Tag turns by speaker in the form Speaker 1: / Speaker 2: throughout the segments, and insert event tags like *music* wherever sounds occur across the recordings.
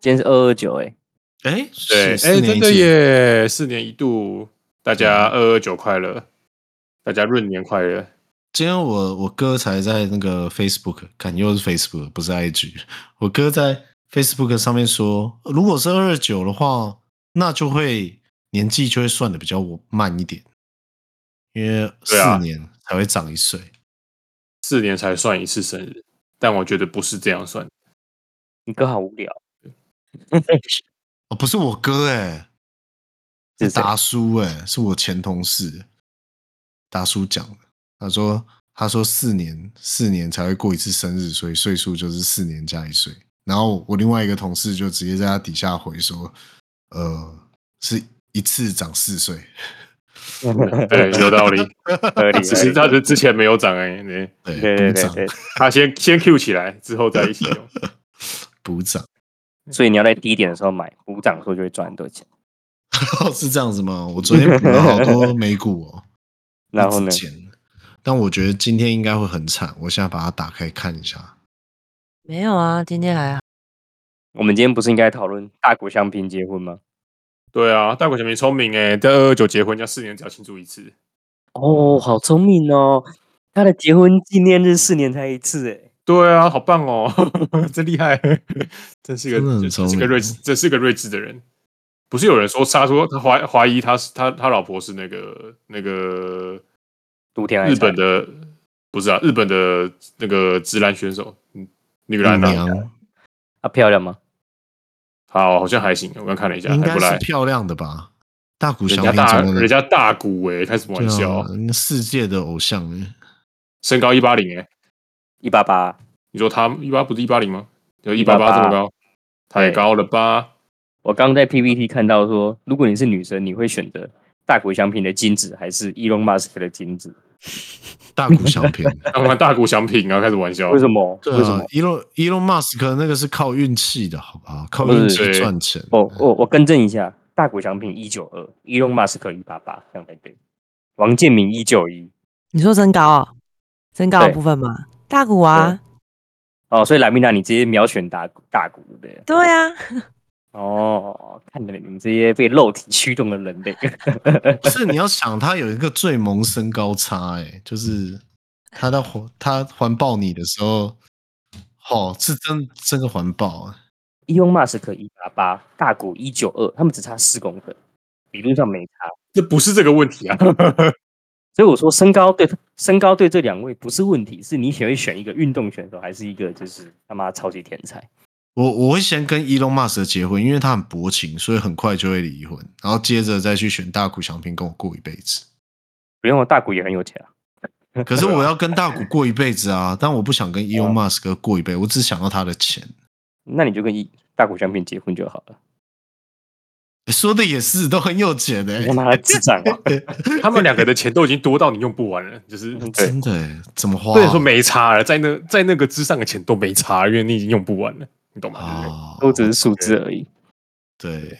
Speaker 1: 今天是二二九，哎，
Speaker 2: 哎，
Speaker 3: 对，哎、真的，耶，四年一度，大家二二九快乐，大家闰年快乐。
Speaker 4: 今天我我哥才在那个 Facebook 看，又是 Facebook，不是 IG。我哥在 Facebook 上面说，如果是二二九的话，那就会年纪就会算的比较慢一点，因为四
Speaker 3: 对啊
Speaker 4: 年才会长一岁。
Speaker 3: 四年才算一次生日，但我觉得不是这样算。
Speaker 1: 你哥好
Speaker 3: *laughs*
Speaker 1: 无聊，
Speaker 4: 哦，不是我哥哎、
Speaker 1: 是
Speaker 4: 是
Speaker 1: 谁
Speaker 4: 达叔哎、是我前同事，达叔讲的。他说他说四年四年才会过一次生日，所以岁数就是四年加一岁。然后我另外一个同事就直接在他底下回说，呃，是一次长四岁。
Speaker 3: 对，哎有道理。
Speaker 1: 合理，
Speaker 3: 只 *laughs* 是
Speaker 1: 合
Speaker 3: 他
Speaker 1: 理
Speaker 3: 是之前没有涨而已，对
Speaker 1: 对
Speaker 4: 对
Speaker 1: 对
Speaker 4: 补
Speaker 1: 对
Speaker 4: 涨
Speaker 1: 对，
Speaker 3: 他先先 Q 起来，之后再一起用。
Speaker 4: 补涨，
Speaker 1: 所以你要在低点的时候买，补涨的时候就会赚很多钱。
Speaker 4: 哦是这样子吗？我昨天补了好多美股
Speaker 3: *laughs*
Speaker 4: 哦，
Speaker 1: 然后呢
Speaker 4: 一直，减但我觉得今天应该会很惨，我现在把它打开看一下。
Speaker 1: 没有啊，今天还好。我们今天不是应该讨论大国相拼结婚吗？
Speaker 3: 对啊，大鬼小明聪明哎，在二二九结婚，人家四年只要庆祝一次。
Speaker 1: 哦，好聪明哦！他的结婚纪念日四年才一次，哎，
Speaker 3: 对啊，好棒哦， *laughs* 真厉害，真是个
Speaker 4: 真的很
Speaker 3: 真真是
Speaker 4: 聪
Speaker 3: 个
Speaker 4: 明
Speaker 3: 睿智，真是个睿智的人。不是有人说他说他怀怀疑他是他他老婆是那个那个
Speaker 1: 杜天爱
Speaker 3: 日本的不是啊日本的那个直男选手嗯女篮
Speaker 4: 度
Speaker 3: 啊，
Speaker 4: 娘
Speaker 1: 啊，漂亮吗？
Speaker 3: 好好像还行，我刚看了一下，啊
Speaker 4: 应
Speaker 3: 还
Speaker 4: 该
Speaker 3: 不
Speaker 4: 是
Speaker 3: 赖，
Speaker 4: 漂亮的吧？大谷
Speaker 3: 人
Speaker 4: 翔
Speaker 3: 家
Speaker 4: 平
Speaker 3: 大
Speaker 4: 怎么
Speaker 3: 人
Speaker 4: 能
Speaker 3: 家大鼓哎、开什么玩
Speaker 4: 对
Speaker 3: 笑
Speaker 4: 啊？，那世界的偶像欸，
Speaker 3: 身高一八零哎，
Speaker 1: 一八八，
Speaker 3: 你说他一八不是一八零吗？有一八
Speaker 1: 188
Speaker 3: 八这么高，太
Speaker 1: 对
Speaker 3: 高了吧？
Speaker 1: 我刚在 PPT 看到说，如果你是女生，你会选择大国相拼的金子，还是 Elon Musk 的金子？
Speaker 4: 大谷翔
Speaker 3: *laughs*
Speaker 4: 平。
Speaker 3: 当然大鼓相平啊，开什么玩笑
Speaker 1: 为？什么？
Speaker 4: 对
Speaker 1: 为什
Speaker 4: 啊
Speaker 1: 么？
Speaker 4: ，Elon Elon Musk 那个是靠运气的，好不好？靠
Speaker 1: 不是
Speaker 4: 运气
Speaker 3: 对
Speaker 4: 赚钱。
Speaker 1: 我哦我我更正一下，大国相拼一九二，Elon Musk 一八八，这样才对。王健民一九一，
Speaker 5: 你说增高、哦，增高的
Speaker 1: 对
Speaker 5: 部分吗？大股啊，
Speaker 1: 哦，所以莱米娜你直接秒选大股大股，对不对？
Speaker 5: 对啊，
Speaker 1: 哦，看得你们这些被肉体驱动的人类。
Speaker 4: 不是你要想，他有一个最萌身高差，哎，就是他在环他环抱你的时候，哦，是真真的环抱啊。
Speaker 1: Elon Musk 一八八，大股一九二，他们只差四公分，理论上没差。
Speaker 3: 这不是这个问题啊！
Speaker 1: 所以我说身高对身高对这两位不是问题，是你选会选一个运动选手，还是一个就是他妈超级天才？
Speaker 4: 我我会先跟 Elon Musk 结婚，因为他很薄情，所以很快就会离婚，然后接着再去选大谷翔平跟我过一辈
Speaker 3: *laughs*
Speaker 4: 子。
Speaker 1: 不用，大股也很有钱啊。
Speaker 4: 可是我要跟大谷过一辈子啊，但我不想跟 Elon
Speaker 3: 嗯
Speaker 4: Musk 过一辈，我只想要他的钱。
Speaker 1: 那你就跟一大股相片结婚就好了。
Speaker 4: 说的也是，都很有钱欸的、
Speaker 1: 你他妈的智障
Speaker 5: *laughs*
Speaker 1: 啊！
Speaker 3: 他们两个的钱都已经多到你用不完了，就是
Speaker 1: 对
Speaker 4: 真的、欸，怎么花、
Speaker 3: 不能说没差了，在那在那个之上的钱都没差，因为你已经用不完了，你懂吗？对不对
Speaker 4: 啊，
Speaker 1: 都只是数字而已。
Speaker 4: 对，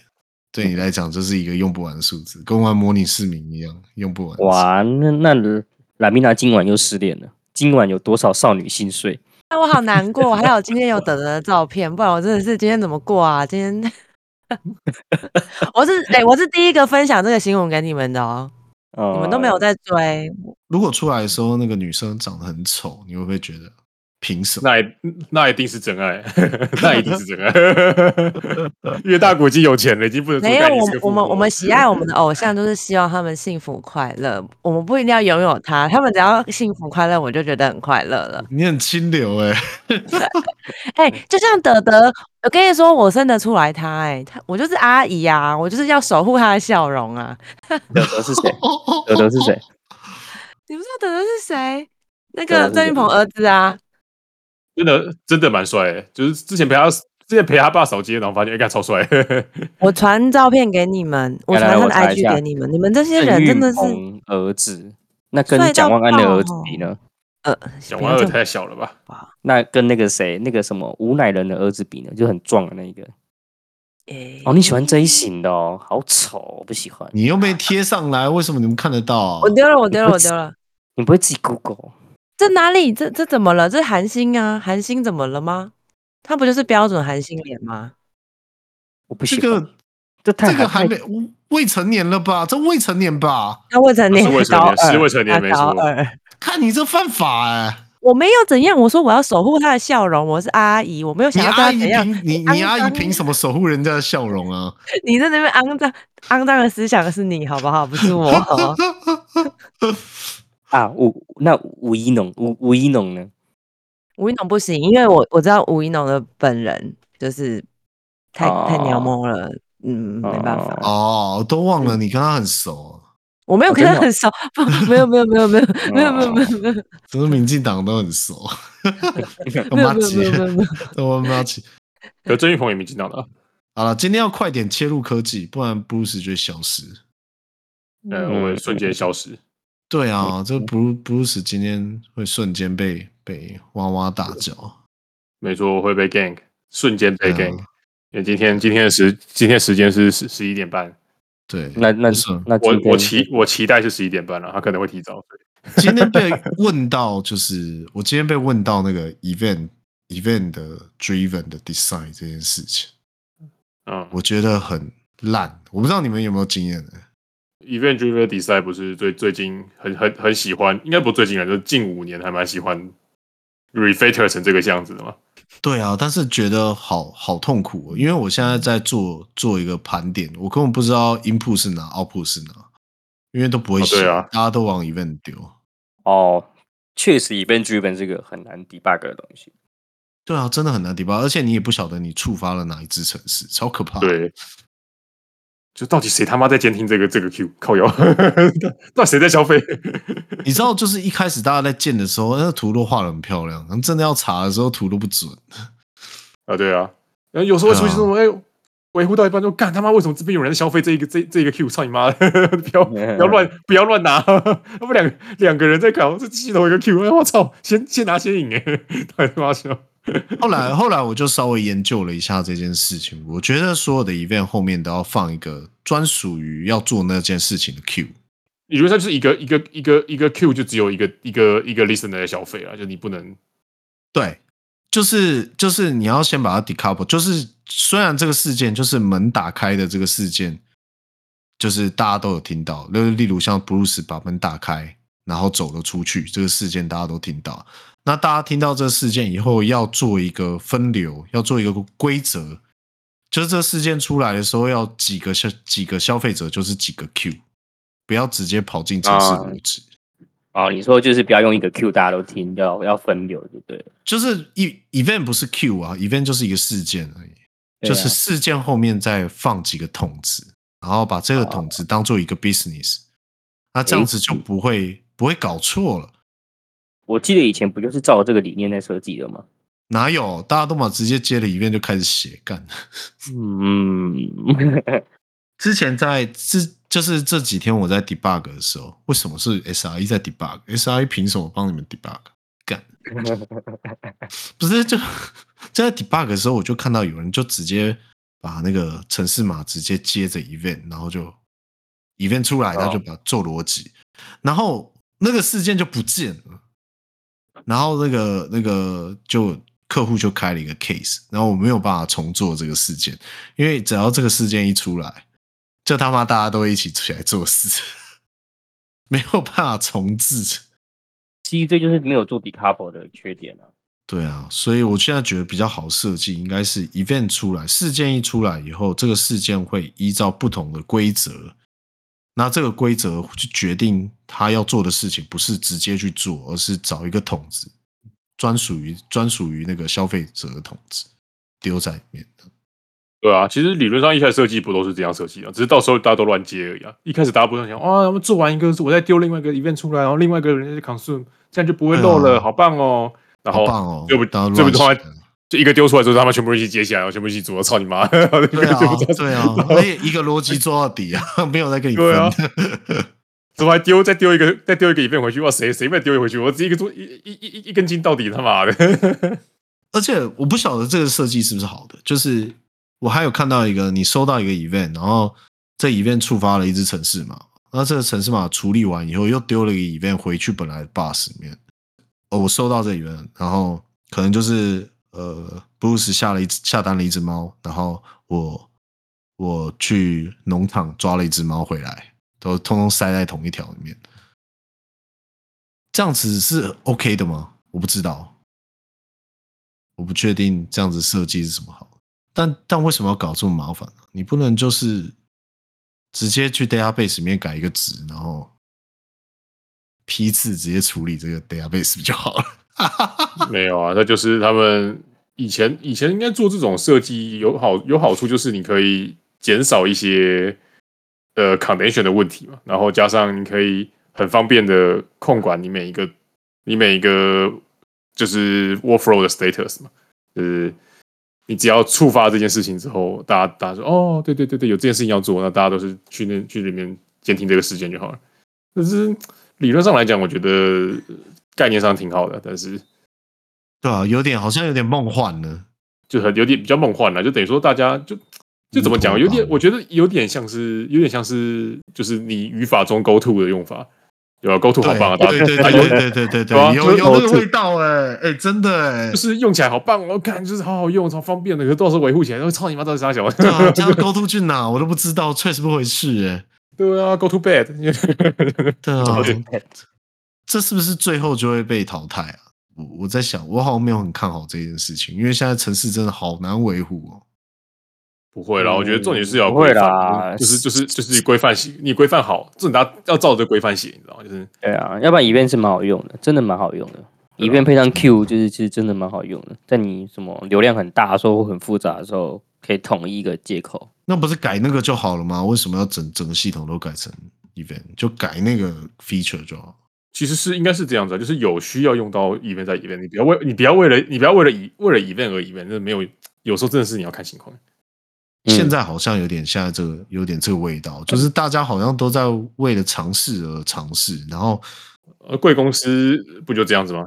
Speaker 4: 对你来讲这是一个用不完的数字，跟玩模拟市民一样用不完。，
Speaker 1: 哇，那那拉米娜今晚又失恋了。今晚有多少少女心碎？
Speaker 5: 那我好难过。还好今天有等人的照片，不然我真的是今天怎么过啊？今 *laughs* 天我是哎、我是第一个分享这个新闻给你们的哦，
Speaker 1: 呃
Speaker 5: 你们都没有
Speaker 1: 在
Speaker 5: 在追，
Speaker 4: 如果出来的时候那个女生长得很丑，你会不会觉得凭什么？
Speaker 3: 那一那一定是真爱， *laughs* 那一定是真爱， *laughs* 因为大古已经有钱了，已经不能说
Speaker 5: 没有
Speaker 3: 干你
Speaker 5: 我
Speaker 3: 是
Speaker 5: 们
Speaker 3: 个富
Speaker 5: 我们
Speaker 3: 婆
Speaker 5: 我们喜爱我们的偶像，就是希望他们幸福快乐。我们不一定要拥有他，他们只要幸福快乐，我就觉得很快乐了。
Speaker 4: 你很清流哎、
Speaker 5: 哎、就像德德，我跟你说，我生得出来他、哎，他我就是阿姨啊，我就是要守护他的笑容啊。
Speaker 1: 德德是谁？德德是谁？
Speaker 5: 你不知道德德是谁？那
Speaker 1: 德德
Speaker 5: 个
Speaker 1: 是
Speaker 5: 郑
Speaker 1: 谁 *laughs*
Speaker 5: 云鹏儿子啊，
Speaker 3: 真的真的蛮帅的，就是之前陪他之前陪他爸扫街，然后发现哎，干超帅。 *laughs*
Speaker 5: 我传照片给你们，我
Speaker 1: 来
Speaker 5: 传
Speaker 1: 来
Speaker 5: 他
Speaker 1: 我
Speaker 5: 的
Speaker 1: 查一
Speaker 5: IG
Speaker 1: 下
Speaker 5: 给你们，你 *laughs* 们这些
Speaker 1: 郑
Speaker 5: 人
Speaker 1: 裕
Speaker 5: 真的是，
Speaker 1: 鹏儿子，那跟
Speaker 5: 帅到
Speaker 1: 蒋万安的
Speaker 5: 爆
Speaker 1: 儿子
Speaker 5: 哦
Speaker 1: 比呢？
Speaker 5: 呃，
Speaker 3: 讲
Speaker 5: 不
Speaker 3: 完
Speaker 5: 要
Speaker 3: 二
Speaker 5: 这么
Speaker 3: 太小了吧？
Speaker 1: 那跟那个谁，那个什么吴乃仁的儿子比呢？就很壮的那一个。
Speaker 5: 哎
Speaker 1: 哦，你喜欢这一型的哦，好丑，我不喜欢。
Speaker 4: 你又没贴上来，为什么你们看得到啊
Speaker 5: 我？丢了，我丢了，
Speaker 1: 不
Speaker 5: 我
Speaker 1: 是
Speaker 5: 丢了。
Speaker 1: 你不会自己 Google？
Speaker 5: 这哪里？这这怎么了？这韩星啊，韩星怎么了吗？他不就是标准韩星脸吗？
Speaker 1: 我不
Speaker 4: 这
Speaker 1: 喜
Speaker 4: 个
Speaker 1: 欢。这太
Speaker 4: 这个还
Speaker 1: 太
Speaker 4: 没未成年了吧？这未成年吧？
Speaker 5: 他未
Speaker 1: 啊
Speaker 5: 成
Speaker 3: 他
Speaker 5: 年
Speaker 3: 是未，成
Speaker 5: 高
Speaker 3: 年，
Speaker 5: 二，
Speaker 3: 是未成年，
Speaker 5: 他
Speaker 3: 没
Speaker 5: 高
Speaker 3: 错。
Speaker 5: 二。
Speaker 4: 看你这犯法哎、
Speaker 5: 我没有怎样，我说我要守护他的笑容，我是阿姨，我没有
Speaker 4: 你
Speaker 5: 想要对
Speaker 4: 阿
Speaker 5: 他
Speaker 4: 姨
Speaker 5: 怎样。
Speaker 4: 凭你
Speaker 5: 肮
Speaker 4: 你阿姨
Speaker 5: 脏
Speaker 4: 凭什么守护人家的笑容啊？
Speaker 5: 你在那边肮脏肮脏的思想是你好不好？不是我。哦
Speaker 4: *laughs*
Speaker 1: 啊，吴那吴一农，吴吴一农呢？
Speaker 5: 吴一农不行，因为我我知道吴一农的本人就是太、太鸟
Speaker 1: 哦
Speaker 5: 摸了，嗯，没办法。
Speaker 1: 哦
Speaker 4: 哦，都忘了你跟他很
Speaker 5: *laughs*
Speaker 4: 熟，啊
Speaker 5: 我没有
Speaker 1: 哦
Speaker 5: 跟
Speaker 1: 真
Speaker 5: 他
Speaker 1: 的哦
Speaker 5: 很熟，不，没有没有没有没
Speaker 4: 哦
Speaker 5: 有没有没有没有没有
Speaker 4: 真是民进党都很
Speaker 5: *laughs*
Speaker 4: 熟。我
Speaker 5: 没有
Speaker 4: 妈
Speaker 5: 没有
Speaker 4: 急
Speaker 5: 没有，没
Speaker 4: *laughs*
Speaker 5: 有没有，
Speaker 4: 我妈急。
Speaker 3: 可郑玉鹏也没进到的啊。
Speaker 4: 好了，今天要快点切入科技，不然 Bruce 就会消失。
Speaker 5: 嗯
Speaker 3: 呃，我们瞬间消失。
Speaker 4: 对啊，这 Bruce Bruce 今天会瞬间被被哇哇大叫。
Speaker 3: 没错，我会被 gank，瞬间被
Speaker 4: 对啊
Speaker 3: gank。因为今天今天的时今天时间是十十一点半，
Speaker 4: 对，
Speaker 1: 那那
Speaker 4: 不是
Speaker 1: 那
Speaker 3: 我
Speaker 1: 今
Speaker 3: 我
Speaker 1: 天
Speaker 3: 期我期待是十一点半了，他可能会提早。
Speaker 4: 今天被问到，就是我今天被问到那个 event event 的 driven 的 design 这件事情，
Speaker 3: 嗯
Speaker 4: 我觉得很烂。我不知道你们有没有经验呢？
Speaker 3: ，event driven 比赛不是最最近很很很喜欢，应该不是最近了，就是近五年还蛮喜欢 refactor 成这个样子的嘛。
Speaker 4: 对啊，但是觉得好好痛苦、哦，因为我现在在做做一个盘点，我根本不知道 input 是哪，output 是哪，因为都不会
Speaker 3: 哦
Speaker 4: 写，
Speaker 3: 对啊
Speaker 4: 大家都往 event 丢。
Speaker 1: 哦，确实，event driven 是个很难 debug 的东 *laughs* 西。
Speaker 4: 对啊，真的很难 debug，而且你也不晓得你触发了哪一只程式，超可怕。，
Speaker 3: 对，就到底谁他妈在监听这个这个 Q 靠腰？ *laughs* 到底谁在消费？ *laughs*
Speaker 4: 你知道，就是一开始大家在建的时候，那图都画的很漂亮，然后真的要查的时候，图都不准。
Speaker 3: 啊，对啊，然后有时候会出现这种哎。维护到一半就干他妈为什么这边有人在消费这一个这这一个 Q 操你妈的 *laughs* 不要
Speaker 1: 嗯
Speaker 3: 不要乱不要乱拿， *laughs* 他们两个两个人在搞这系统一个 Q，哎我操，先先拿先赢哎， *laughs* 太他妈笑。
Speaker 4: 后来，后来我就稍微研究了一下这件事情，我觉得所有的 event 后面都要放一个专属于要做那件事情的 queue。
Speaker 3: 理论上就是一个一个一个一个 Q 就只有一个一个一个 listener 的消费啊，就你不能
Speaker 4: 对，就是就是你要先把它 decouple，就是虽然这个事件就是门打开的这个事件，就是大家都有听到，例例如像 Bruce 把门打开，然后走了出去这个事件，大家都听到。那大家听到这个事件以后，要做一个分流，要做一个规则，就是这事件出来的时候，要几个消几个消费者就是几个 Q，不要直接跑进城市
Speaker 1: 啊
Speaker 4: 逻辑。
Speaker 1: 哦，你说就是不要用一个 Q，大家都听，要要分流，就对了。
Speaker 4: 就是一 event 不是 Q 啊，event 就是一个事件而已，
Speaker 1: 对啊
Speaker 4: 就是事件后面再放几个桶子，然后把这
Speaker 1: 哦
Speaker 4: 个桶子当做一个 business，、那这样子
Speaker 1: 嗯
Speaker 4: 就不会、不会搞错了。
Speaker 1: 我记得以前不就是照这个理念在设计的吗？
Speaker 4: 哪有大家都嘛直接接了 event 就开始写干？
Speaker 1: 嗯，
Speaker 4: 之前在之就是这几天我在 debug 的时候，为什么是 SRE 在 debug？SRE E 凭什么帮你们 debug？不是就就在 debug 的时候，我就看到有人就直接把那个城市码直接接着 event，然后就 event 出来，
Speaker 3: 哦
Speaker 4: 他就把它做逻辑，然后那个事件就不见了，然后那个那个就客户就开了一个 case，然后我没有办法重做这个事件，因为只要这个事件一出来，就他妈大家都会一起起来做事， *laughs* 没有办法重置。
Speaker 1: *laughs* 其实这就是没有做 decouple 的缺点啊。
Speaker 4: 对啊，所以我现在觉得比较好设计，应该是 event 出来，事件一出来以后，这个事件会依照不同的规则，那这个规则去决定他要做的事情，不是直接去做，而是找一个桶子，专属于专属于那个消费者的桶子丢在里面。
Speaker 3: 对啊，其实理论上一开始设计不都是这样设计的，只是到时候大家都乱接而已啊。一开始大家不是想啊，我们做完一个，我再丢另外一个 event 出来，然后另外一个人再去 consume，这样就不会漏
Speaker 4: 对
Speaker 3: 了，
Speaker 4: 啊
Speaker 3: 好棒哦。然
Speaker 4: 好
Speaker 3: 后
Speaker 4: 棒哦，
Speaker 3: 这不
Speaker 4: 大家
Speaker 3: 这不
Speaker 4: 乱
Speaker 3: 突然
Speaker 4: 写的
Speaker 3: 就一个丢出来之后，他们全部一起接起来，然后全部一起组，我操你妈！ *laughs*
Speaker 4: 对
Speaker 3: 对
Speaker 4: 啊，对
Speaker 3: *laughs*
Speaker 4: 啊，而且一个逻辑做到底啊， *laughs* 没有在跟你分
Speaker 3: 对啊
Speaker 4: 的。
Speaker 3: 怎么还丢再丢一个再丢一个一遍回去？哇，谁谁再丢一个回去？我直接一个做一一一一一根筋到底，他妈的！
Speaker 4: 而且我不晓得这个设计是不是好的，就是我还有看到一个，你收到一个 event，然后这 event 触发了一只城市码，然后这个城市码处理完以后又丢了一个 event 回去本来的 bus 里面。哦，我收到这 event，然后可能就是呃，Bruce 下了一只下单了一只猫，然后我我去农场抓了一只猫回来，都通通塞在同一条里面。这样子是 OK 的吗？我不知道。我不确定这样子设计是什么好，但但为什么要搞这么麻烦呢？你不能就是直接去 database 里面改一个值，然后批次直接处理这个 database 不就好了？ *laughs*
Speaker 3: 没有啊，那就是他们以前以前应该做这种设计有好有好处，就是你可以减少一些呃 condition 的问题嘛，然后加上你可以很方便的控管你每一个你每一个就是 workflow 的 status 嘛，就是你只要触发这件事情之后，大家大家说哦，对对对对，有这件事情要做，那大家都是去那去里面监听这个时间就好了。但是理论上来讲，我觉得概念上挺好的，但是。
Speaker 4: 对啊，有点好像有点梦幻呢。
Speaker 3: 就很有点比较梦幻了，就等于说大家就就怎么讲，有点我觉得有点像是有点像是就是你语法中 go to 的用法，有啊 go to 好棒啊，大
Speaker 4: 对
Speaker 3: 家
Speaker 4: 对
Speaker 3: 大
Speaker 4: 对
Speaker 3: 家
Speaker 4: 对对对对
Speaker 3: 对啊
Speaker 4: 对，有
Speaker 3: 就是
Speaker 4: 有那个味道哎哎，真的哎
Speaker 3: 就，是用起来好棒哦，我看就是好好用，超方便的，可是到时候维护起来，然后操你妈到底啥
Speaker 4: *laughs*
Speaker 3: 小？
Speaker 4: 对啊，这样 go to 去哪我都不知道，确实不回事哎。
Speaker 3: 对啊，go to bed，
Speaker 4: 对啊
Speaker 3: 么去，
Speaker 4: 这是不是最后就会被淘汰啊？我我在想，我好像没有很看好这件事情，因为现在城市真的好难维护哦。
Speaker 3: *laughs* 不会
Speaker 4: 嗯
Speaker 3: 啦，我觉得重点是要
Speaker 1: 不会
Speaker 3: 规
Speaker 1: 啦
Speaker 3: 范，就是就是就是你规范写，你规范好，这大家要照着规范写，你知道吗？就是
Speaker 1: 对啊，要不然 event 是蛮好用的，真的蛮好用的。
Speaker 3: 对啊
Speaker 1: event 配上 Q 就是其实真的蛮好用的，在你什么流量很大的时候或很复杂的时候，可以统一一个接口。
Speaker 4: 那不是改那个就好了吗？为什么要整整个系统都改成 event？就改那个 feature 就好。
Speaker 3: 其实是应该是这样子啊，就是有需要用到 event 在 event，你不要为你不要为了你不要为了以为了 event 而 event，那没有有时候真的是你要看情况。
Speaker 1: 嗯 *laughs*
Speaker 4: 现在好像有点现在这个有点这个味道，就是大家好像都在为了尝试而尝试，然后
Speaker 3: 呃，贵公司不就这样子吗？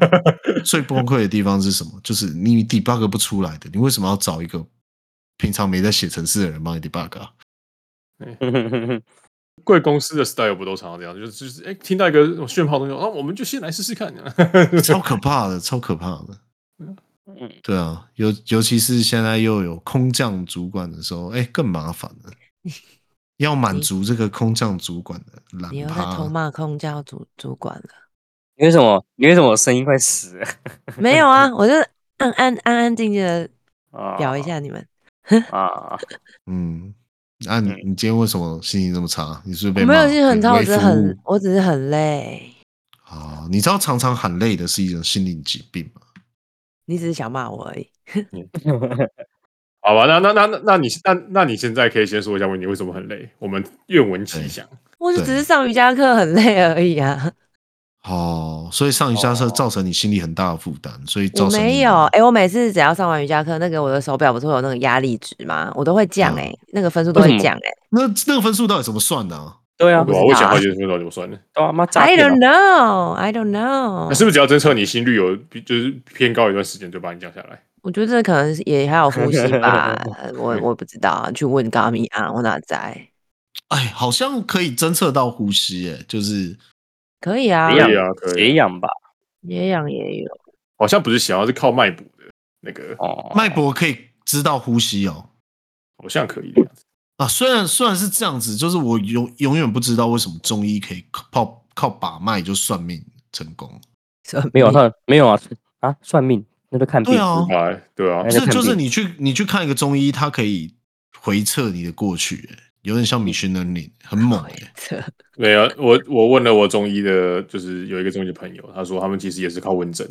Speaker 3: *laughs*
Speaker 4: 最崩溃的地方是什么？就是你 debug 不出来的，你为什么要找一个平常没在写程式的人帮你 debug 啊？
Speaker 1: 嗯
Speaker 3: 贵公司的 style 不都常常这样？就是就是，哎、听到一个炫炮东西，啊，我们就先来试试看。
Speaker 4: 超可怕的，超可怕的。
Speaker 1: 嗯
Speaker 4: 对啊，尤尤其是现在又有空降主管的时候，哎，更麻烦了。
Speaker 5: *laughs*
Speaker 4: 要满足这个空降主管的懒
Speaker 5: 你又在
Speaker 4: 趴
Speaker 5: 偷，骂空教主主
Speaker 4: *laughs*
Speaker 5: 管了？
Speaker 1: 你为什么？你为什么声音快死 *laughs* 了？
Speaker 5: 没有啊，我就按按安安静静的
Speaker 1: 啊
Speaker 5: 表一下你们。
Speaker 1: 啊！
Speaker 4: 嗯，那、你你今天为什么心情这么差？你是不是被
Speaker 5: 我没有
Speaker 4: 骂
Speaker 5: 心情很差，
Speaker 4: 被
Speaker 5: 我只是
Speaker 4: 服务
Speaker 5: 很，我只是很累。
Speaker 4: 啊。你知道常常喊累的是一种心理疾病吗？
Speaker 5: 你只是想骂我而已。
Speaker 3: *laughs* 好吧，那那那那那你那那你现在可以先说一下，问你为什么很累？我们愿闻其详。
Speaker 5: 我就只
Speaker 4: 对
Speaker 5: 是上瑜伽课很累而已啊，
Speaker 4: 哦，所以上瑜伽课造成你心理很大的负担，所以
Speaker 5: 我
Speaker 4: 造成
Speaker 5: 没
Speaker 4: 你
Speaker 5: 有。哎、我每次只要上完瑜伽课，那个我的手表不是会有那个压力值吗？我都会降
Speaker 4: 嗯
Speaker 5: 哎、那个分数都
Speaker 1: 为
Speaker 5: 会
Speaker 1: 什么
Speaker 5: 降哎、
Speaker 4: 那那个分数到底怎么算呢、
Speaker 1: 对啊，
Speaker 3: 我
Speaker 5: 知道啊
Speaker 3: 我讲话就是分钟就算了。
Speaker 1: 对啊，妈诈
Speaker 5: I
Speaker 1: 骗啊
Speaker 5: don't know, I don't
Speaker 3: 那是
Speaker 5: know。
Speaker 3: 不是只要侦测你心率有比就是偏高一段时间，就把你降下来？
Speaker 5: 我觉得这可能是也还有呼吸吧，呃我我不知道啊，去问高米啊，我哪在？
Speaker 4: 哎，好像可以侦测到呼吸，哎，就是
Speaker 5: 可以啊
Speaker 3: 可，以啊，可
Speaker 1: 血
Speaker 3: 以。
Speaker 1: 氧吧？
Speaker 5: 也养也有，
Speaker 3: 好像不是想要是靠脉搏的那个，
Speaker 1: 哦，
Speaker 4: 脉搏可以知道呼吸哦。
Speaker 3: 好像可以的样子。
Speaker 4: 啊，虽然虽然是这样子，就是我永永远不知道为什么中医可以靠靠把脉就算命成功。
Speaker 5: 算
Speaker 1: 没有
Speaker 5: 命
Speaker 1: 算没有啊啊算命那就看病
Speaker 4: 对啊
Speaker 1: 是吧
Speaker 3: 哎，对啊
Speaker 1: 哎，
Speaker 4: 是
Speaker 1: 那看
Speaker 4: 就是
Speaker 1: 病
Speaker 4: 你去你去看一个中医，他可以回测你的过去、欸有点像米训能力，很猛、欸。 *laughs*
Speaker 5: 这
Speaker 3: 没有，啊我我问了我中医的，就是有一个中医的朋友，他说他们其实也是靠问诊，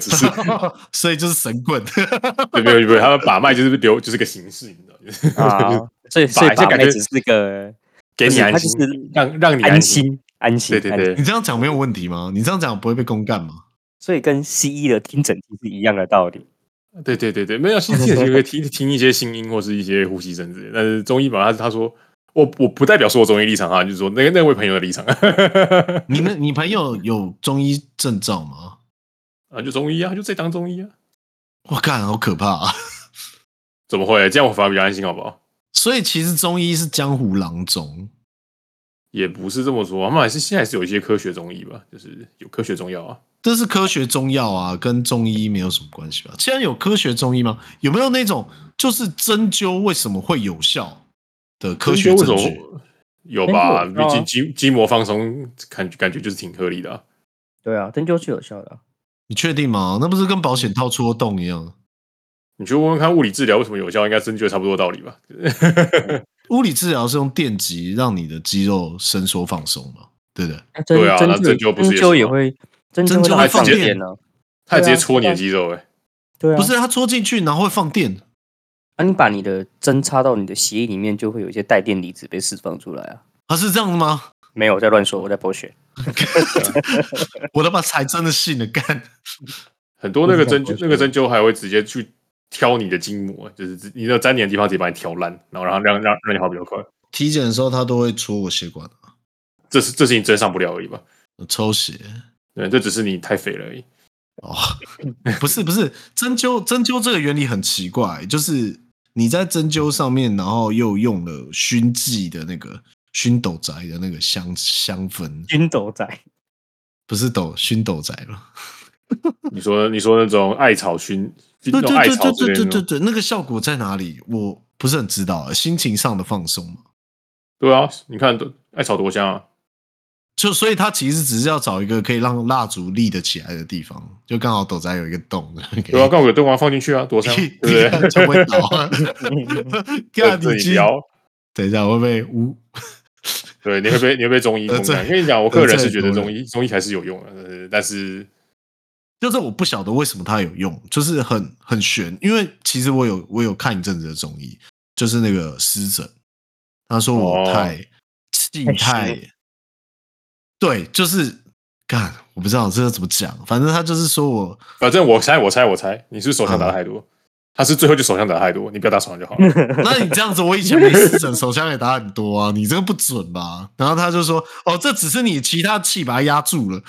Speaker 3: 只
Speaker 4: *laughs*
Speaker 3: 是
Speaker 4: 所以就是神棍。 *laughs*
Speaker 3: 对没有没有，他们把脉就是留就是个形式，你知道， *laughs* 就是、
Speaker 1: 啊，所以所
Speaker 3: 把
Speaker 1: 以
Speaker 3: 一下
Speaker 1: 把
Speaker 3: 感
Speaker 1: 妹
Speaker 3: 觉
Speaker 1: 只是个
Speaker 3: 给你安心
Speaker 1: 就是，
Speaker 3: 让让你
Speaker 1: 安
Speaker 3: 心。
Speaker 1: 心安心，
Speaker 3: 对对
Speaker 1: 安心
Speaker 3: 对
Speaker 4: 你，这样讲没有问题吗？你这样讲不会被公干吗？
Speaker 1: 所以跟西医的听诊器是一样的道理。
Speaker 3: 对对对对，没有西医也可以听听一些心音或是一些呼吸声之类的，但是中医嘛，他他说我我不代表说我中医立场啊，就是说那个那位朋友的立场 *laughs*
Speaker 4: 你们你朋友有中医证照吗？
Speaker 3: 啊，就中医啊，就在当中医啊，
Speaker 4: 我干，好可怕啊！ *laughs*
Speaker 3: 怎么会？这样我反而比较安心，好不好？
Speaker 4: 所以其实中医是江湖郎中，
Speaker 3: 也不是这么说，他们还是现在还是有一些科学中医吧，就是有科学中药啊。
Speaker 4: 这是科学中药啊，跟中医没有什么关系吧？既然有科学中医吗？有没有那种就是针灸为什么会有效的科学
Speaker 3: 为
Speaker 4: 证
Speaker 3: 什么
Speaker 4: 据？
Speaker 3: 有吧？
Speaker 1: 没
Speaker 3: 毕
Speaker 1: 有啊
Speaker 3: 竟筋筋膜放松，感感觉就是挺合理的、啊。
Speaker 1: 对啊，针灸是有效的啊、
Speaker 4: 你确定吗？那不是跟保险套戳洞一样？
Speaker 3: 你去问问看，物理治疗为什么有效？应该针灸差不多的道理吧？
Speaker 4: 物理治疗是用电极让你的肌肉伸缩放松嘛？对不对？
Speaker 1: 那针
Speaker 3: 对啊
Speaker 1: 针
Speaker 3: 那针灸
Speaker 1: 灸
Speaker 3: 不是也是
Speaker 1: 灸也
Speaker 3: 吗
Speaker 1: 会，针
Speaker 4: 针
Speaker 1: 会
Speaker 4: 灸
Speaker 1: 让
Speaker 4: 会
Speaker 1: 它
Speaker 4: 放
Speaker 1: 放
Speaker 4: 电
Speaker 1: 电呢。
Speaker 3: 他直
Speaker 1: 对啊
Speaker 3: 接戳你的肌肉、欸，哎，
Speaker 1: 对啊，
Speaker 4: 不是它戳进去然后会放电，
Speaker 1: 啊，你把你的针插到你的血液里面，就会有一些带电离子被释放出来啊。
Speaker 4: 它、是这样的吗？
Speaker 1: 没有，我在乱说，我在博学。
Speaker 4: 我他妈才真的信了，干！
Speaker 3: 很多那个针
Speaker 1: 不
Speaker 3: 灸
Speaker 1: 是这
Speaker 3: 那
Speaker 1: 样不是这样
Speaker 3: 个针灸还会直接去挑你的筋膜，就是直你的粘连的地方直接把你挑烂，然后然后让让让你好比较快。
Speaker 4: *laughs* 体检的时候他都会戳我血管，啊
Speaker 3: 这是这是你真上不了而已吧？
Speaker 4: 抽血
Speaker 3: 对，这只是你太肥了而已。
Speaker 4: 哦， *laughs* 不是不是，针灸针灸这个原理很奇怪，就是你在针灸上面，然后又用了熏剂的那个熏斗宅的那个香香氛，
Speaker 1: 军斗仔，
Speaker 4: 不是斗熏斗宅吗？
Speaker 3: 你说你说那种艾草熏，那
Speaker 4: 对
Speaker 3: 种
Speaker 4: 对
Speaker 3: 艾
Speaker 4: 对
Speaker 3: 草
Speaker 4: 对
Speaker 3: 之类的
Speaker 4: 对对
Speaker 3: 那
Speaker 4: 对
Speaker 3: 种，
Speaker 4: 对，那个效果在哪里？我不是很知道，啊心情上的放松嘛。
Speaker 3: 对啊，你看艾草多香啊！
Speaker 4: 就所以它其实只是要找一个可以让蜡烛立得起来的地方，就刚好斗宅有一个洞，
Speaker 3: 对
Speaker 4: *laughs*
Speaker 3: 啊，刚好有灯光放进去啊，多香，对不对？
Speaker 4: 就不会倒。啊
Speaker 3: *laughs*
Speaker 4: *laughs* 干
Speaker 3: 自
Speaker 4: 你
Speaker 3: 己
Speaker 4: 鸡！
Speaker 3: 聊，
Speaker 4: 等一下，我会被污。
Speaker 3: 对，你会被你会被中医
Speaker 4: 得
Speaker 3: 冲
Speaker 4: 罪
Speaker 3: 淡。跟你讲，我个人是觉得
Speaker 4: 得罪
Speaker 3: 中医中医还是有用的，呃但是
Speaker 4: 就是我不晓得为什么它有用，就是很很悬。因为其实我有我有看一阵子的中医，就是那个湿疹，他说我
Speaker 3: 哦
Speaker 4: 太气
Speaker 1: 太虚
Speaker 4: 太，对，就是干，我不知道这个怎么讲，反正他就是
Speaker 1: *laughs*
Speaker 4: 说我
Speaker 3: 反正我猜我猜我猜，你是不是手枪
Speaker 4: 嗯
Speaker 3: 打的太多，他是最后就手枪打的太多，你不要打手枪就好
Speaker 4: *laughs*
Speaker 3: 了。
Speaker 4: 那你这样子，我以前没湿疹，手枪也打很多啊，你这个不准吧？然后他就说，哦，这只是你其他气把它压住了，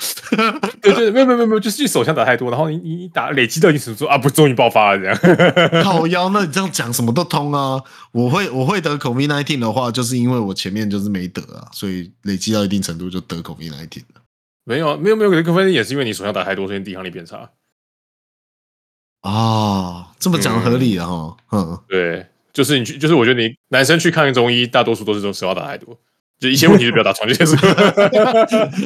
Speaker 3: 对对，没有没有没有没有，就是你手枪打太多，然后你你你打累积到一定程度啊，不终于爆发了这样。 *laughs*
Speaker 4: *laughs* 靠腰。那你这样讲什么都通啊。我会我会得 COVID nineteen 的话，就是因为我前面就是没得啊，所以累积到一定程度就得 COVID nineteen 了。
Speaker 3: 没有啊没有没有，可能分也是因为你手枪打太多，所以你抵抗力变差。
Speaker 4: 哦，这么讲合理啊，哈，嗯，
Speaker 3: 对，就是你去，就是我觉得你男生去看中医，大多数都是这种手枪打太多，就一些问题就不要打床就结束。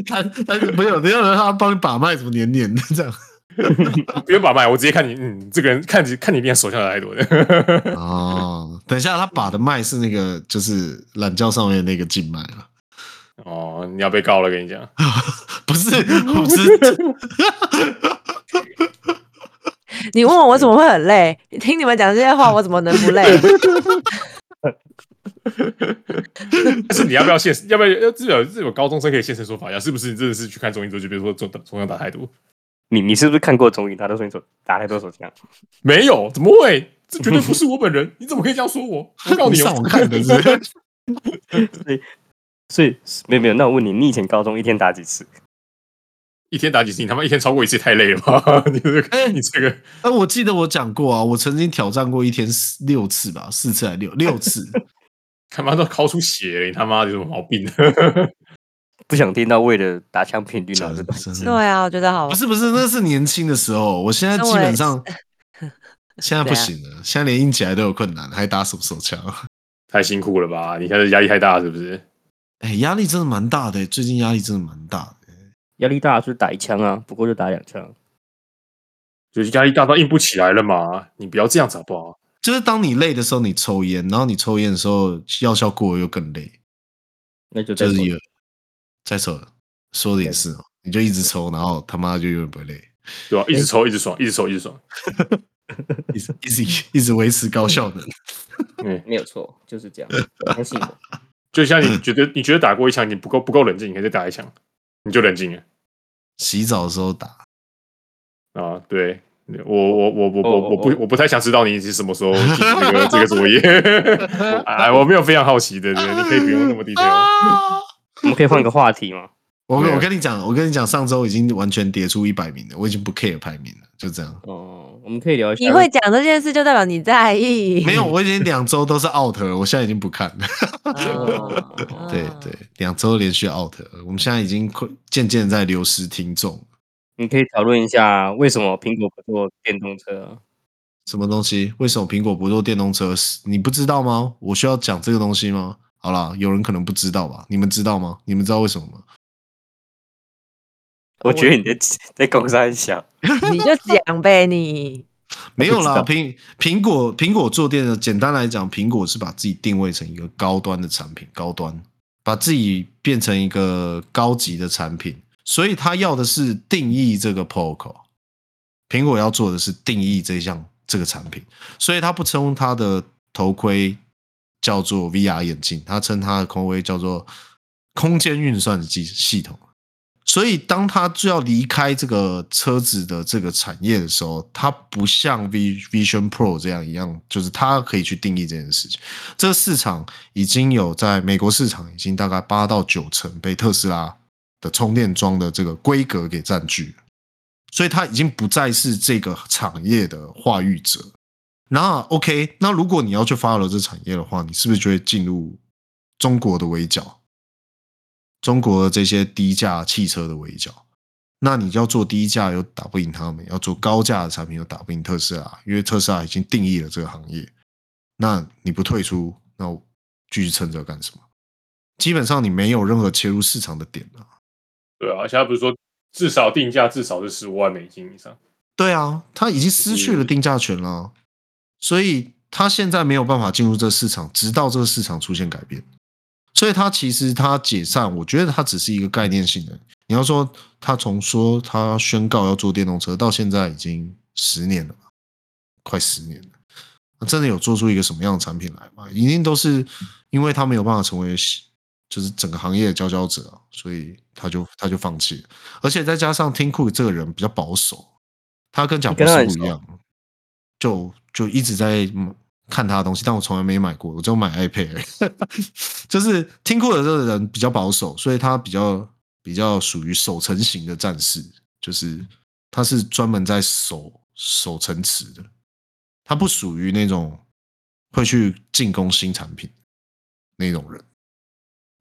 Speaker 4: 他他没有没有人他帮你把脉，怎么黏黏的这样？
Speaker 3: 不用把脉，我直接看你，嗯，这个人看你看你练手枪打太多的。
Speaker 4: 哦，等一下，他把的脉是那个就是懒觉上面的那个静脉啊。
Speaker 3: *laughs* 哦，你要被告了，跟你讲。 *laughs*
Speaker 4: 不 *laughs* 是，我不是，
Speaker 5: *laughs* 你问我我怎么会很累？ *laughs* 听你们讲这些话，我怎么能不累？
Speaker 3: 但是你要不要现身？要不要要至少至少高中生可以现身说法呀？是不是你真的是去看中医之后，就比如说中中央打太多？
Speaker 1: 你你是不是看过综艺？他都说你手打太多手枪，
Speaker 3: 没有，怎么会？这绝对不是我本人，你怎么可以这样说我？我告
Speaker 4: 你
Speaker 3: 你
Speaker 4: 上
Speaker 3: 哦，
Speaker 4: 网看的是不是
Speaker 1: 所以没有没有。那我问你，你以前高中一天打几次？
Speaker 3: 一天打几次？你他妈一天超过一次也太累了吧？ *laughs* 你这个，你这个，
Speaker 4: 哎、我记得我讲过啊，我曾经挑战过一天四六次吧，四次还六六次，
Speaker 3: 他妈都烤出血了，你他妈有什么毛病？ *laughs*
Speaker 1: 不想听到为了打枪频率脑子断。
Speaker 4: 真的
Speaker 5: 对啊，我觉得好
Speaker 4: 不。是不是，那是年轻的时候，我现在基本上现在不行了，现在连硬起来都有困难，还打什么手枪？
Speaker 3: 太辛苦了吧？你现在压力太大是不是？
Speaker 4: 哎、压力真的蛮大的、欸最近压力真的蛮大
Speaker 1: *laughs*
Speaker 4: 的、欸
Speaker 1: 压力大就是打一枪啊，不过就打两枪。
Speaker 3: 就是压力大到硬不起来了嘛？你不要这样子好不好？
Speaker 4: 就是当你累的时候，你抽烟，然后你抽烟的时候药效过了又更累，
Speaker 1: 那就再
Speaker 4: 就是
Speaker 1: 说
Speaker 4: 有再抽了，说的也是哦，你就一直抽，然后他妈就永远不会累。
Speaker 3: 对吧、一直抽，一直爽，一直抽，一直爽。
Speaker 4: 一直一直一直维持高效能。
Speaker 3: 嗯，
Speaker 1: 没有错，就是这样。
Speaker 4: *laughs*
Speaker 1: 相信我，
Speaker 3: 就像你觉得你觉得打过一枪你不够不够冷静，你可以再打一枪，你就冷静了。
Speaker 4: 洗澡的时候打，
Speaker 3: 啊，对我我我我
Speaker 1: 哦
Speaker 3: 我我
Speaker 1: 哦哦
Speaker 3: 不我不太想知道你是什么
Speaker 1: *laughs*
Speaker 3: 时候提这个这个作业，哎，我没有非常好奇的，对你可以不用那么低 *laughs* 调。
Speaker 1: 我们可以换个话题吗？
Speaker 4: 我
Speaker 3: 对
Speaker 4: 我跟你讲，我跟你讲，上周已经完全跌出一百名了，我已经不 care 排名了，就这样。
Speaker 1: 哦，我们可以聊一下。
Speaker 5: 你会讲这件事，就代表你在意。
Speaker 4: 没有，我已经两周都是 out 了，我现在已经不看了。
Speaker 5: 哦
Speaker 4: 对对，，两周连续 out 了，我们现在已经快渐渐在流失听众。
Speaker 1: 你可以讨论一下为什么苹果不做电动车？啊
Speaker 4: 什么东西？为什么苹果不做电动车？是你不知道吗？我需要讲这个东西吗？好啦，有人可能不知道吧？你们知道吗？你们知道为什么吗？
Speaker 1: 我觉得你在在公山想，
Speaker 5: *laughs* 你就讲呗，你
Speaker 4: 没有啦，
Speaker 1: 我不
Speaker 4: 苹苹果苹果做电的，简单来讲，苹果是把自己定位成一个高端的产品，高端把自己变成一个高级的产品，所以它要的是定义这个 POCO。苹果要做的是定义这项这个产品，所以它不称它的头盔叫做 VR 眼镜，它称它的头盔叫做空间运算的系系统。所以，当他就要离开这个车子的这个产业的时候，它不像 V Vision Pro 这样一样，就是它可以去定义这件事情。这个市场已经有在美国市场已经大概八到九成被特斯拉的充电桩的这个规格给占据了，所以它已经不再是这个产业的话语者。那 OK，那如果你要去 follow 这产业的话，你是不是就会进入中国的围剿？中国这些低价汽车的围剿。那你要做低价又打不赢他们，要做高价的产品又打不赢特斯拉，因为特斯拉已经定义了这个行业。那你不退出，那我继续撑着干什么？基本上你没有任何切入市场的点了、
Speaker 3: 对啊，而且他不是说至少定价至少是十五万美金以上，
Speaker 4: 对啊，他已经失去了定价权了啊，所以他现在没有办法进入这个市场，直到这个市场出现改变。所以他其实他解散，我觉得他只是一个概念性的。你要说他从说他宣告要做电动车到现在已经十年了吧，快十年了，那真的有做出一个什么样的产品来吗？一定都是因为他没有办法成为就是整个行业的佼佼者啊，所以他就他就放弃了。而且再加上 Tim Cook 这个人比较保守，他跟贾博士不一样，就就一直在嗯看他的东西，但我从来没买过，我就买 iPad 而已。 *laughs* 就是听库的这个人比较保守，所以他比较比较属于守城型的战士，就是他是专门在守守城池的，他不属于那种会去进攻新产品那种人。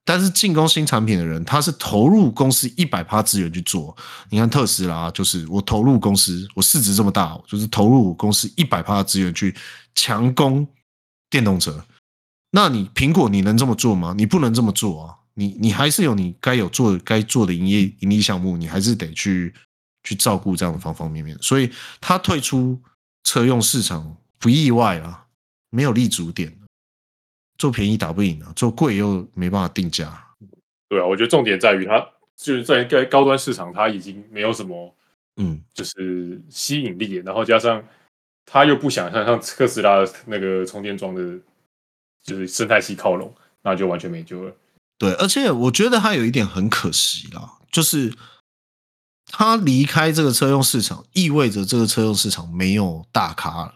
Speaker 4: 但是进攻新产品的人，他是投入公司一百趴资源去做，你看特斯拉，就是我投入公司，我市值这么大，我就是投入公司一百趴的资源去强攻电动车。那你苹果你能这么做吗？你不能这么做啊！你你还是有你该有做该做的营业盈利项目，你还是得去去照顾这样的方方面面。所以它退出车用市场不意外啊，没有立足点，做便宜打不赢啊，做贵又没办法定价。
Speaker 3: 对啊，我觉得重点在于它就是在该高端市场，它已经没有什么
Speaker 4: 嗯，
Speaker 3: 就是吸引力，然后加上他又不想像像特斯拉那个充电桩的，就是生态系靠拢，那就完全没救了。
Speaker 4: 对，而且我觉得他有一点很可惜啦，就是他离开这个车用市场，意味着这个车用市场没有大咖了。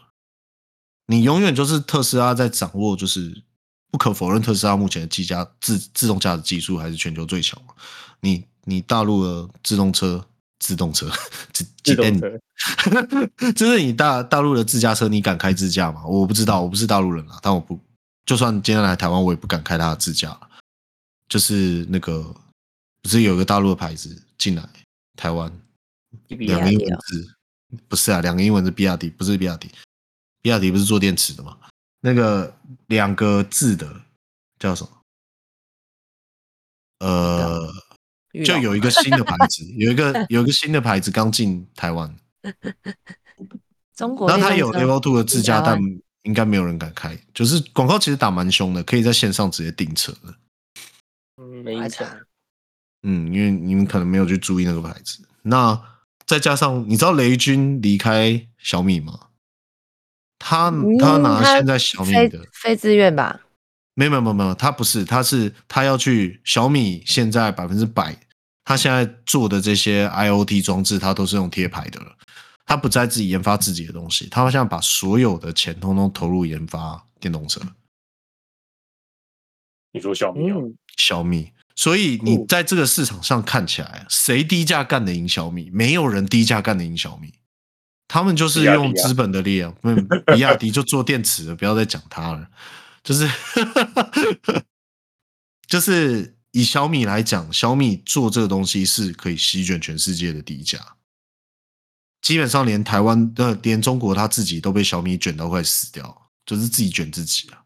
Speaker 4: 你永远就是特斯拉在掌握，就是不可否认，特斯拉目前的技价自自动驾驶技术还是全球最强嘛。你你大陆的自动车，自动车， *laughs* 自
Speaker 1: 自动车，
Speaker 4: 就是你大大陆的自驾车，你敢开自驾吗？我不知道，我不是大陆人啊，但我不，就算今天来台湾，我也不敢开他的自驾。就是那个，不是有一个大陆的牌子进来台湾，
Speaker 5: 比
Speaker 4: 两
Speaker 5: 亚
Speaker 4: 个英
Speaker 5: 迪
Speaker 4: 文
Speaker 5: 哦，
Speaker 4: 字，不是啊，两个英文字比亚迪，不是比亚迪，比亚迪不是做电池的吗？那个两个字的叫什么？呃，
Speaker 5: 遇
Speaker 4: 就
Speaker 5: 到
Speaker 4: 有一个新的牌子，有一个有一个新的牌子刚进台湾，
Speaker 5: 中国
Speaker 4: 然后它
Speaker 5: 电动车，
Speaker 4: 有 Level Two 的自驾，
Speaker 5: 台
Speaker 4: 但
Speaker 5: 湾
Speaker 4: 应该没有人敢开。就是广告其实打蛮凶的，可以在线上直接订车的。
Speaker 1: 没
Speaker 5: 我还
Speaker 1: 影
Speaker 5: 查
Speaker 1: 响。
Speaker 4: 嗯，因为你们可能没有去注意那个牌子。那再加上你知道雷军离开小米吗？他
Speaker 5: 嗯
Speaker 4: 他拿
Speaker 5: 他
Speaker 4: 现在小米
Speaker 5: 非
Speaker 4: 的，
Speaker 5: 非自愿吧？
Speaker 4: 没有没有没有没有，他不是，他是他要去小米现在百分之百，他现在做的这些 IOT 装置，他都是用贴牌的了。他不再自己研发自己的东西，他好像把所有的钱通通投入研发电动车。
Speaker 3: 你说小米啊，
Speaker 1: 嗯，
Speaker 4: 小米。所以
Speaker 3: 哦
Speaker 4: 你在这个市场上看起来，谁低价干得赢小米？没有人低价干得赢小米，他们就是
Speaker 3: 比亚迪啊
Speaker 4: 用资本的力量。嗯，比亚迪就做电池了，不要再讲它了。就是 *laughs* 就是以小米来讲，小米做这个东西是可以席卷全世界的第一家，基本上连台湾呃连中国他自己都被小米卷到快死掉，就是自己卷自己啊。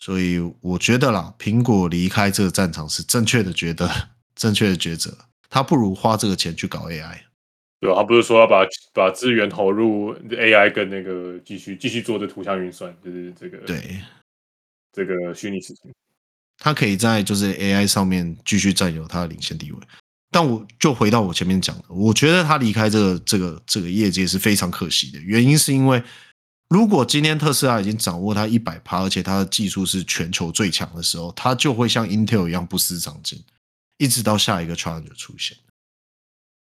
Speaker 4: 所以我觉得啦，苹果离开这个战场是正确的觉得， *laughs* 正确的抉择。他不如花这个钱去搞 AI。
Speaker 3: 对啊，他不是说要把把资源投入 AI 跟那个继续继续做的图像运算，就是这个
Speaker 4: 对，
Speaker 3: 这个虚拟实境。
Speaker 4: 他可以在就是 AI 上面继续占有它的领先地位。但我就回到我前面讲的，我觉得他离开这个这个这个业界是非常可惜的，原因是因为如果今天特斯拉已经掌握它一百趴，而且它的技术是全球最强的时候，它就会像 Intel 一样不思长进，一直到下一个 Challenger 出现。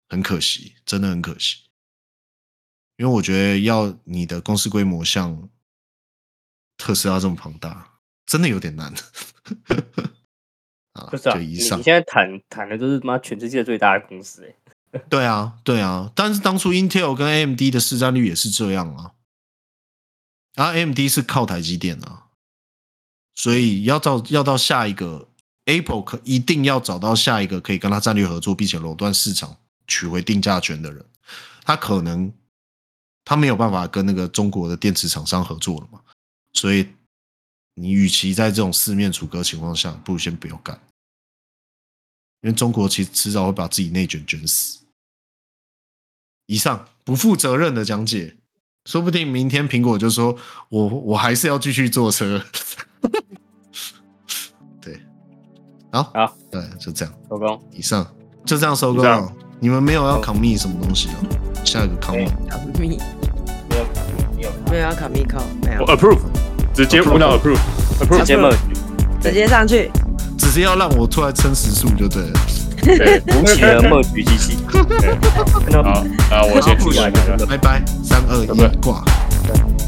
Speaker 4: 很可惜，真的很可惜。因为我觉得要你的公司规模像特斯拉这么庞大，真的有点难。 *laughs* 啊，
Speaker 1: 就是啊，
Speaker 4: 就
Speaker 1: 你
Speaker 4: 以
Speaker 1: 你
Speaker 4: 上
Speaker 1: 现。在谈谈的都是妈全世界最大的公司、欸，
Speaker 4: 对啊，对啊，但是当初 Intel 跟 AMD 的市占率也是这样啊，啊，AMD 是靠台积电啊，所以要到要到下一个 Apple 可一定要找到下一个可以跟他战略合作，并且垄断市场、取回定价权的人，他可能他没有办法跟那个中国的电池厂商合作了嘛，所以你与其在这种四面楚歌的情况下，不如先不要干。因为中国其实迟早会把自己内卷卷死。以上不负责任的讲解，说不定明天苹果就说我我还是要继续坐车。 *laughs* 对，好，
Speaker 1: 好，
Speaker 4: 对，就这样，
Speaker 1: 老公，
Speaker 4: 以上就这样收工
Speaker 3: 就这
Speaker 4: 了
Speaker 3: 样。
Speaker 4: 你们没有要 commit 什么东西哦？下一个
Speaker 3: 哎
Speaker 4: commit
Speaker 5: 卡密
Speaker 1: 没有你有
Speaker 5: 没有要卡密扣，没有
Speaker 3: 我，approve，直接无脑 approve。
Speaker 1: 直接
Speaker 3: approve，
Speaker 1: merge，
Speaker 5: 直接上去。
Speaker 4: 只是要让我出来撑时速就对了。
Speaker 3: 对，
Speaker 1: 无情的 merge 机器，
Speaker 3: 对
Speaker 1: 看到
Speaker 3: 好，啊，我先出去一下。
Speaker 4: 拜拜，三二
Speaker 3: 拜拜
Speaker 4: 一，挂。
Speaker 1: 拜